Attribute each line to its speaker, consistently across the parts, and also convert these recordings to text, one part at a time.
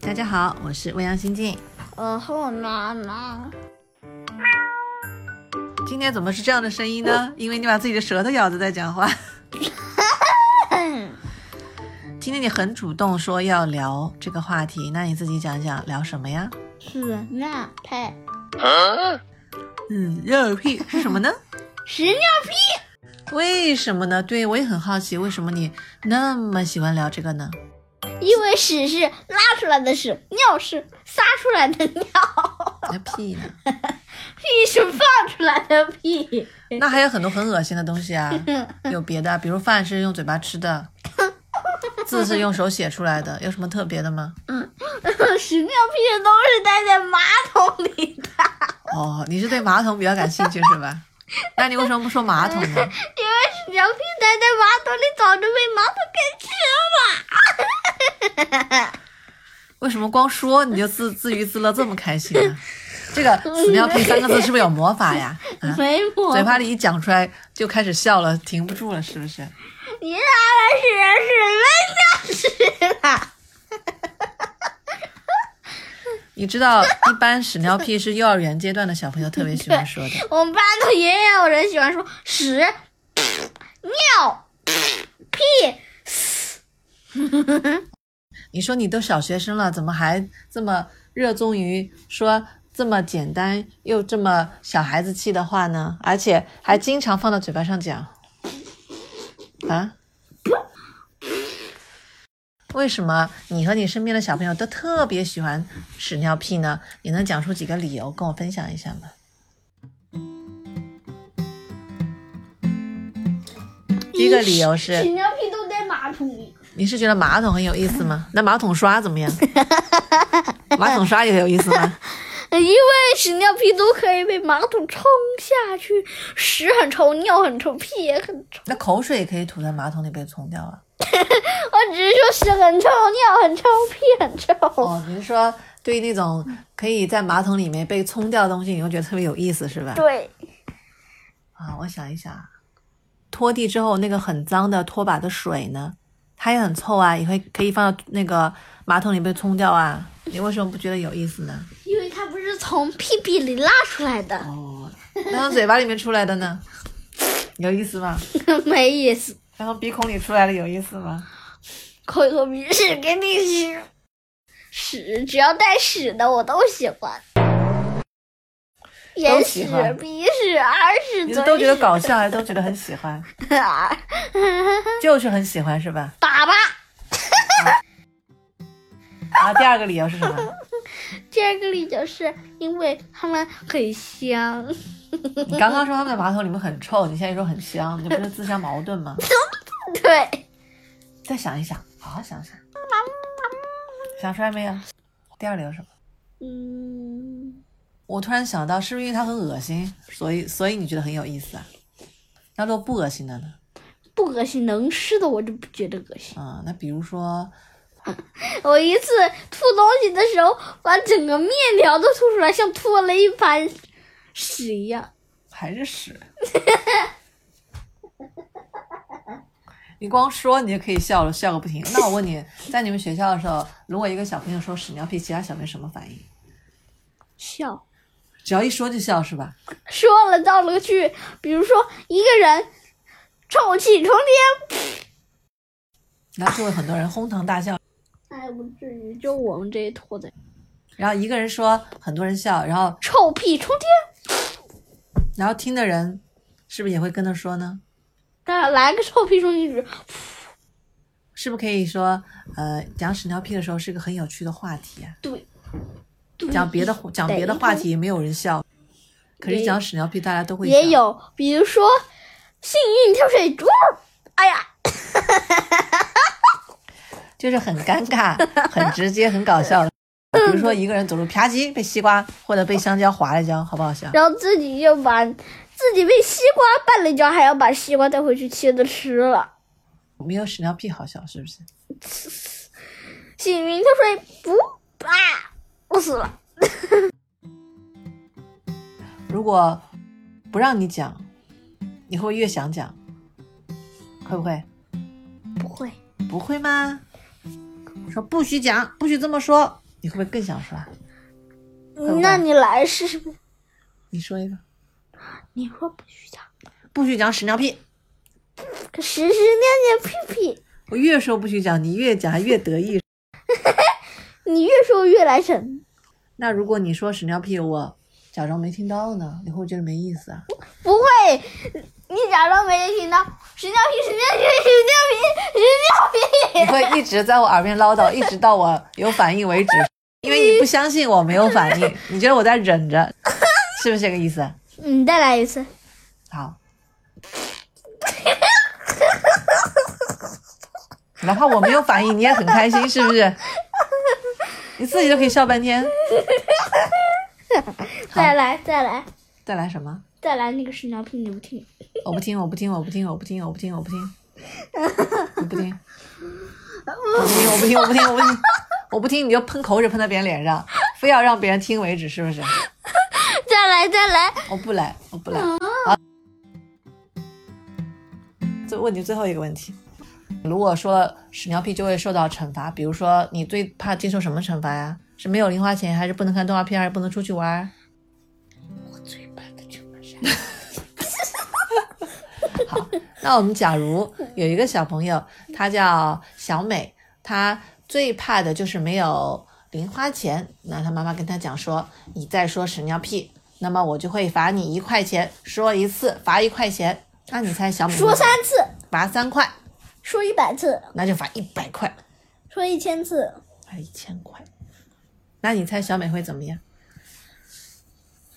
Speaker 1: 大家好，我是未央心静。
Speaker 2: 我是我妈妈，
Speaker 1: 今天怎么是这样的声音呢？因为你把自己的舌头咬着在讲 话。今天你很主动说要聊这个话题，那你自己讲讲聊什么呀？
Speaker 2: 屎尿屁，
Speaker 1: 嗯，肉屁是什么呢？
Speaker 2: 屎尿屁，
Speaker 1: 为什么呢？对我也很好奇，为什么你那么喜欢聊这个呢？
Speaker 2: 因为屎是拉出来的屎，尿是撒出来的尿，
Speaker 1: 那屁呢？
Speaker 2: 屁是放出来的屁。
Speaker 1: 那还有很多很恶心的东西啊，有别的，啊比如饭是用嘴巴吃的，字是用手写出来的，有什么特别的吗？
Speaker 2: 屎尿屁的都是待在马桶里的，
Speaker 1: 哦，你是对马桶比较感兴趣是吧？那你为什么不说马桶呢？
Speaker 2: 因为屎尿屁待在马桶里，早就被马桶给吃了。
Speaker 1: 为什么光说你就自自娱自乐这么开心啊？这个“屎尿屁”三个字是不是有魔法呀？啊，
Speaker 2: 没我，
Speaker 1: 嘴巴里一讲出来就开始笑了，停不住了，是不是？
Speaker 2: 你拉了屎，屎了尿屎了。
Speaker 1: 你知道，一般屎尿屁是幼儿园阶段的小朋友特别喜欢说的。
Speaker 2: 我们班的也有人喜欢说屎、尿、屁，
Speaker 1: 你说你都小学生了，怎么还这么热衷于说这么简单又这么小孩子气的话呢？而且还经常放到嘴巴上讲啊？为什么你和你身边的小朋友都特别喜欢屎尿屁呢？你能讲出几个理由跟我分享一下吗？第一个理由是
Speaker 2: 屎尿屁都在马桶里。
Speaker 1: 你是觉得马桶很有意思吗？那马桶刷怎么样？马桶刷也有意思吗？
Speaker 2: 呃因为屎尿屁都可以被马桶冲下去，屎很臭，尿很臭，屁也很臭。
Speaker 1: 那口水也可以吐在马桶里被冲掉啊？
Speaker 2: 我只是说屎很臭，尿很臭，屁很臭。
Speaker 1: 哦，你是说对于那种可以在马桶里面被冲掉的东西，你会觉得特别有意思是吧？
Speaker 2: 对，
Speaker 1: 啊，我想一想啊，拖地之后那个很脏的拖把的水呢，它也很臭啊，也会可以放到那个马桶里被冲掉啊。你为什么不觉得有意思呢？
Speaker 2: 因为它不是从屁屁里拉出来的，
Speaker 1: 哦， 那从嘴巴里面出来的呢，有意思吗？
Speaker 2: 没意思。
Speaker 1: 那从鼻孔里出来的有意思吗？
Speaker 2: 口头鼻屎给你屎，屎只要带屎的我都喜欢，眼
Speaker 1: 喜
Speaker 2: 屎
Speaker 1: 欢、
Speaker 2: 鼻屎、耳屎、
Speaker 1: 你
Speaker 2: 嘴
Speaker 1: 是
Speaker 2: 屎，
Speaker 1: 都觉得搞笑，还是都觉得很喜欢？
Speaker 2: 耳
Speaker 1: 就是很喜欢是吧？
Speaker 2: 粑粑。
Speaker 1: 然啊后第二个理由是什么？
Speaker 2: 第二个理由是因为它们很香，
Speaker 1: 你刚刚说他们的马桶里面很臭，你现在说很香，你这不是自相矛盾吗？
Speaker 2: 对，
Speaker 1: 再想一想，好好想想，想出来没有？第二理由是什么？
Speaker 2: 嗯，
Speaker 1: 我突然想到，是不是因为它很恶心，所以所以你觉得很有意思啊？那如果不恶心的呢？
Speaker 2: 不恶心，能吃的我就不觉得恶心。
Speaker 1: 啊、那比如说，
Speaker 2: 我一次吐东西的时候，把整个面条都吐出来，像吐了一盘屎一样。
Speaker 1: 还是屎。你光说你就可以笑了，笑个不停。那我问你，在你们学校的时候，如果一个小朋友说屎尿屁，其他小朋友什么反应？
Speaker 2: 笑。
Speaker 1: 只要一说就笑是吧？
Speaker 2: 说了造了个句，比如说一个人臭气冲天，
Speaker 1: 然后就会很多人哄堂大笑。
Speaker 2: 哎，不至于，就我们这一坨子
Speaker 1: 然后一个人说，很多人笑，然后
Speaker 2: 臭屁冲天。
Speaker 1: 然后听的人是不是也会跟着说呢？
Speaker 2: 再来个臭屁冲天句，
Speaker 1: 是不是可以说，呃，讲屎尿屁的时候是个很有趣的话题啊？
Speaker 2: 对，
Speaker 1: 讲别的讲别的话题也没有人笑，可是讲屎尿屁大家都会笑。
Speaker 2: 也有，比如说幸运跳水猪，哎呀，
Speaker 1: 就是很尴尬、很直接、很搞笑的。比如说一个人走路啪叽被西瓜或者被香蕉划了一跤，好不好笑？
Speaker 2: 然后自己就把自己被西瓜绊了一跤，还要把西瓜带回去切着吃了。
Speaker 1: 没有屎尿屁好笑是不是？
Speaker 2: 幸运跳水不啊，我死了。
Speaker 1: 如果不让你讲，你会不会越想讲？会不会？
Speaker 2: 不会，
Speaker 1: 不会吗？说不许讲，不许这么说，啊你会不会更想刷？吧
Speaker 2: 那你来试试呗。
Speaker 1: 你说一个，
Speaker 2: 你说不许讲，
Speaker 1: 不许讲屎尿屁。
Speaker 2: 可实实念念屁屁，
Speaker 1: 我越说不许讲，你越讲还越得意。
Speaker 2: 你越说越来神。
Speaker 1: 那如果你说屎尿屁，我假装没听到呢，你会不会觉得没意思啊？
Speaker 2: 不会，你假装没听到，屎尿屁，屎尿屁，屎尿屁，屎尿屁。
Speaker 1: 你会一直在我耳边唠叨，一直到我有反应为止，因为你不相信我没有反应，你觉得我在忍着，是不是这个意思？
Speaker 2: 你嗯再来一次。
Speaker 1: 好，哪怕我没有反应，你也很开心，是不是？你自己都可以笑半天。
Speaker 2: 再来，再来，
Speaker 1: 再来什么？
Speaker 2: 再来那个屎尿屁，你不听。
Speaker 1: 我不听，我不听，我不听，我不听，我不听，我不听，我不听，我不听，我不听，我不听，我不听，我不听，你就喷口水喷到别人脸上，非要让别人听为止，是不是？
Speaker 2: 再来，再来。
Speaker 1: 我不来，我不来。好，就问你最后一个问题：如果说屎尿屁就会受到惩罚，比如说你最怕接受什么惩罚呀？是没有零花钱，还是不能看动画片，还是不能出去玩？
Speaker 2: 我最怕的就是
Speaker 1: 那我们假如有一个小朋友，他叫小美，他最怕的就是没有零花钱。那他妈妈跟他讲说：“你再说屎尿屁，那么我就会罚你一块钱，说一次罚一块钱。”那你猜小美会
Speaker 2: 说三次，
Speaker 1: 罚三块，
Speaker 2: 说一百次，
Speaker 1: 那就罚一百块，
Speaker 2: 说一千次，
Speaker 1: 罚一千块。那你猜小美会怎么样？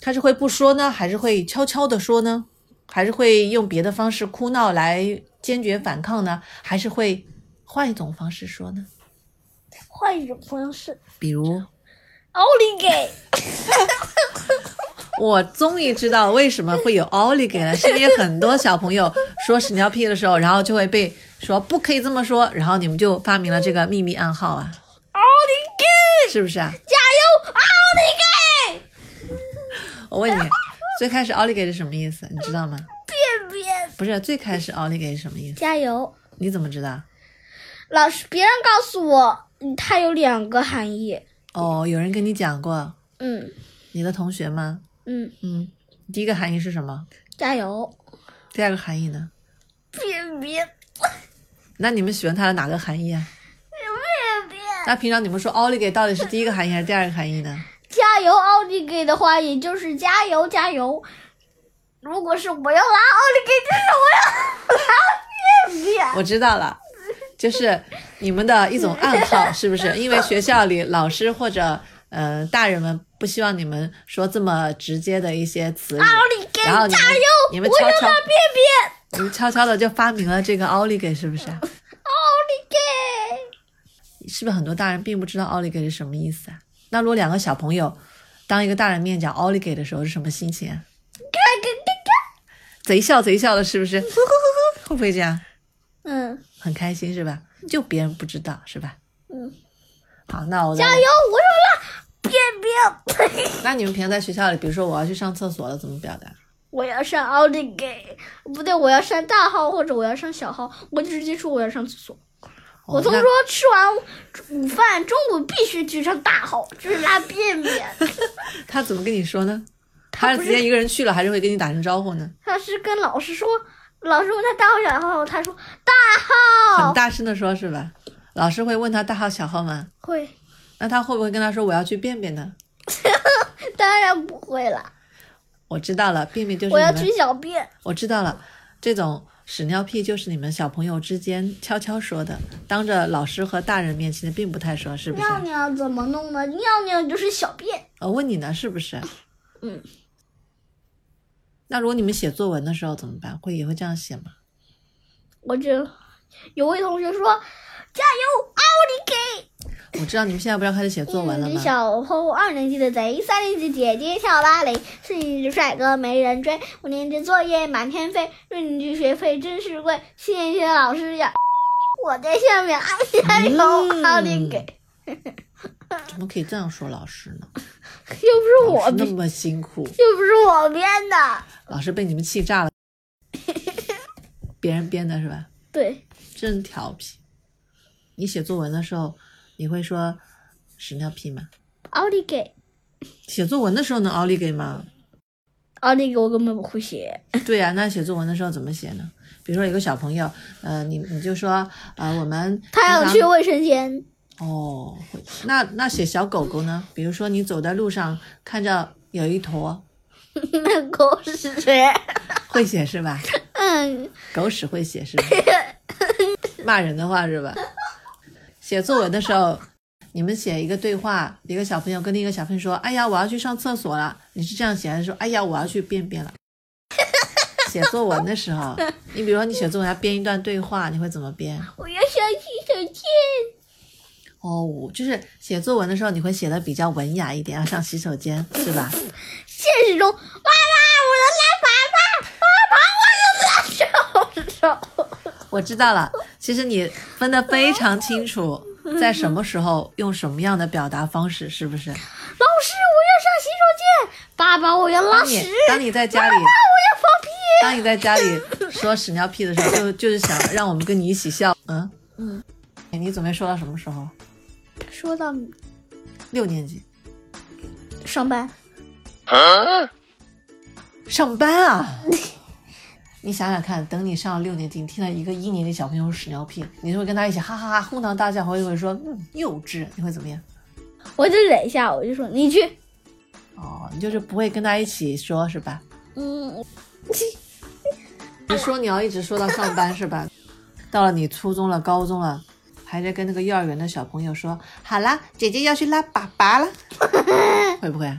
Speaker 1: 她是会不说呢，还是会悄悄的说呢？还是会用别的方式哭闹来坚决反抗呢？还是会换一种方式说呢？
Speaker 2: 换一种方式。
Speaker 1: 比如，
Speaker 2: 奥利给！
Speaker 1: 我终于知道为什么会有奥利给了，是因为很多小朋友说屎尿屁的时候，然后就会被说不可以这么说，然后你们就发明了这个秘密暗号啊，
Speaker 2: 奥利给！
Speaker 1: 是不是啊？
Speaker 2: 加油！奥利给！
Speaker 1: 我问你，最开始奥利给是什么意思？你知道吗？
Speaker 2: 便便。
Speaker 1: 不是最开始奥利给是什么意思？
Speaker 2: 加油！
Speaker 1: 你怎么知道？
Speaker 2: 老师，别人告诉我，嗯它有两个含义。
Speaker 1: 哦，有人跟你讲过，
Speaker 2: 嗯
Speaker 1: 你的同学吗？
Speaker 2: 嗯，
Speaker 1: 嗯，第一个含义是什么？
Speaker 2: 加油！
Speaker 1: 第二个含义呢？
Speaker 2: 便便，
Speaker 1: 那你们喜欢它的哪个含义啊？
Speaker 2: 便便。
Speaker 1: 那平常你们说奥利给到底是第一个含义还是第二个含义呢？
Speaker 2: 加油，奥利给的话，也就是加油加油。如果是我要拿奥利给，就是我要拿便便。
Speaker 1: 我知道了，就是你们的一种暗号，是不是？因为学校里老师或者呃大人们不希望你们说这么直接的一些词语，
Speaker 2: 奥利给，
Speaker 1: 然后你们
Speaker 2: 加油！
Speaker 1: 哎你们
Speaker 2: 我
Speaker 1: 悄
Speaker 2: 要
Speaker 1: 悄
Speaker 2: 拿便
Speaker 1: 你
Speaker 2: 便。
Speaker 1: 们悄悄的就发明了这个奥利给，是不是啊？
Speaker 2: 奥利给，
Speaker 1: 是不是很多大人并不知道奥利给是什么意思啊？那如果两个小朋友当一个大人面讲奥利给的时候是什么心情啊？
Speaker 2: 看看看看。
Speaker 1: 贼笑贼笑的，是不是？ 会不会这样？
Speaker 2: 嗯
Speaker 1: 很开心是吧？就别人不知道是吧？
Speaker 2: 嗯，
Speaker 1: 好，那我再
Speaker 2: 加油！我要拿便便。
Speaker 1: 那你们平常在学校里，比如说我要去上厕所了，怎么表达？
Speaker 2: 我要上奥利给，不对，我要上大号或者我要上小号，我直接说我要上厕所。
Speaker 1: 哦
Speaker 2: 我同
Speaker 1: 那
Speaker 2: 桌吃完午饭，中午必须去上大号，就是拉 便便。
Speaker 1: 他怎么跟你说呢？他是直接一个人去了，还是会跟你打声招呼呢？
Speaker 2: 他是跟老师说，老师问他大号小号，他说 大
Speaker 1: 很
Speaker 2: 号。
Speaker 1: 大声的说，是吧？老师会问他大号小号吗？
Speaker 2: 会，
Speaker 1: 那他会不会跟他说我要去便便呢？
Speaker 2: 当然不会了，
Speaker 1: 我知道了，便便就是
Speaker 2: 我要
Speaker 1: 你们
Speaker 2: 去，小便。
Speaker 1: 我知道了，这种屎尿屁就是你们小朋友之间悄悄说的，当着老师和大人面其实并不太说，是不是？
Speaker 2: 尿尿怎么弄呢？尿尿就是小便，
Speaker 1: 我问你呢，是不是？
Speaker 2: 嗯。
Speaker 1: 那如果你们写作文的时候怎么办？会也会这样写吗？
Speaker 2: 我这有位同学说，加油，奥利给。
Speaker 1: 我知道你们现在不是要开始写作文了
Speaker 2: 一
Speaker 1: 吗
Speaker 2: 只？小偷，二年级的贼，三年级姐姐跳芭蕾，四年级帅哥没人追，五年级作业满天飞，六年级学费真是贵，七年级的老师呀，我在下面按加油，
Speaker 1: 嗯
Speaker 2: 奥利给，
Speaker 1: 怎么可以这样说老师呢？
Speaker 2: 又不是
Speaker 1: 老
Speaker 2: 我
Speaker 1: 师那
Speaker 2: 编，
Speaker 1: 么辛苦，
Speaker 2: 又不是我编的，
Speaker 1: 老师被你们气炸 了，别人编的是吧？
Speaker 2: 对，
Speaker 1: 真调皮。你写作文的时候，你会说屎尿屁吗？
Speaker 2: 奥利给，
Speaker 1: 写作文的时候能奥利给 吗？
Speaker 2: 奥利给我根本不会写。
Speaker 1: 对呀、那写作文的时候怎么写呢？比如说有个小朋友，呃，你你就说，呃，我们
Speaker 2: 他要
Speaker 1: 平常
Speaker 2: 去卫生间，
Speaker 1: 哦，会那那写小狗狗呢？比如说你走在路上看着有一坨，
Speaker 2: 那 狗屎。
Speaker 1: 会写是吧？
Speaker 2: 嗯，
Speaker 1: 狗屎会写是吧？ 骂人的话是吧？写作文的时候，你们写一个对话，一个小朋友跟另一个小朋友说：“哎呀，我要去上厕所了。”你是这样写，还是说：“哎呀，我要去便便了？”写作文的时候，你比如说你写作文要编一段对话，你会怎么编？
Speaker 2: 我要上洗手间。
Speaker 1: 哦，我就是写作文的时候，你会写的比较文雅一点，要上洗手间是吧？
Speaker 2: 现实中，妈妈，我的烂粑粑，爸爸，我又拉手手。
Speaker 1: 我知道了，其实你分得非常清楚，在什么时候用什么样的表达方式，是不是？
Speaker 2: 老师，我要上洗手间。爸爸，我要拉
Speaker 1: 当你
Speaker 2: 屎。
Speaker 1: 当你在家里，
Speaker 2: 我要放屁。
Speaker 1: 当你在家里说屎尿屁的时候，就就是想让我们跟你一起笑。嗯哎
Speaker 2: 嗯，
Speaker 1: 你准备说到什么时候？
Speaker 2: 说到
Speaker 1: 六年级
Speaker 2: 上班，
Speaker 1: 上班啊？你想想看，等你上了六年级，你听到一个一年级小朋友屎尿屁，你就会跟他一起哈哈哈哄堂大笑，会不会说嗯幼稚？你会怎么样？
Speaker 2: 我就忍一下，我就说你去。
Speaker 1: 哦，你就是不会跟他一起说，是吧？
Speaker 2: 嗯，
Speaker 1: 你说你要一直说到上班是吧？ 到了你初中了、高中了，还在跟那个幼儿园的小朋友说：“好啦，姐姐要去拉粑粑了。” 会啊不会？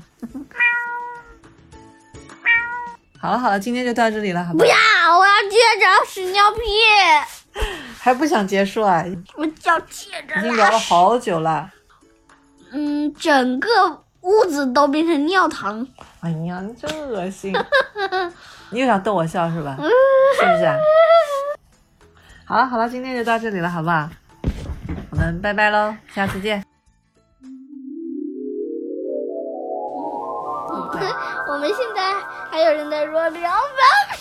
Speaker 1: 好了好了，今天就到这里了，好吧
Speaker 2: 不？要，我要接着屎尿屁，
Speaker 1: 还不想结束啊？已
Speaker 2: 我要接着
Speaker 1: 经聊
Speaker 2: 拉
Speaker 1: 了
Speaker 2: 屎。
Speaker 1: 好久了。
Speaker 2: 嗯，整个屋子都变成尿堂。
Speaker 1: 哎呀，你真恶心！你又想逗我笑是吧？是不是啊？好了好了，今天就到这里了，好不好？我们拜拜喽，下次见。会不会
Speaker 2: 我们现在还有人在说凉拌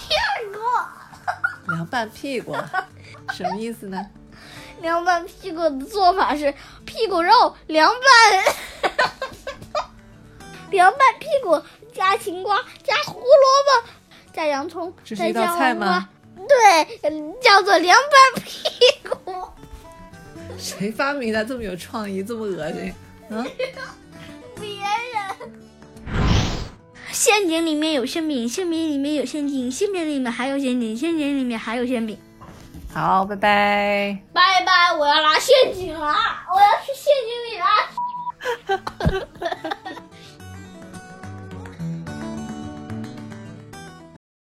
Speaker 2: 屁股，
Speaker 1: 凉拌屁股？啊什么意思呢？
Speaker 2: 凉拌屁股的做法是屁股肉凉拌， 凉拌屁股加芹瓜加胡萝卜加洋葱，
Speaker 1: 这是
Speaker 2: 再
Speaker 1: 一道
Speaker 2: 加
Speaker 1: 菜
Speaker 2: 黄瓜
Speaker 1: 吗？
Speaker 2: 对，叫做凉拌屁股。
Speaker 1: 谁发明的这么有创意，这么恶心？嗯，
Speaker 2: 别人。陷阱里面有馅饼，馅饼里面有陷阱，陷阱里面还有陷阱，陷阱里面还有馅饼。
Speaker 1: 好，拜拜。
Speaker 2: 拜拜，我要拿陷阱了，我要。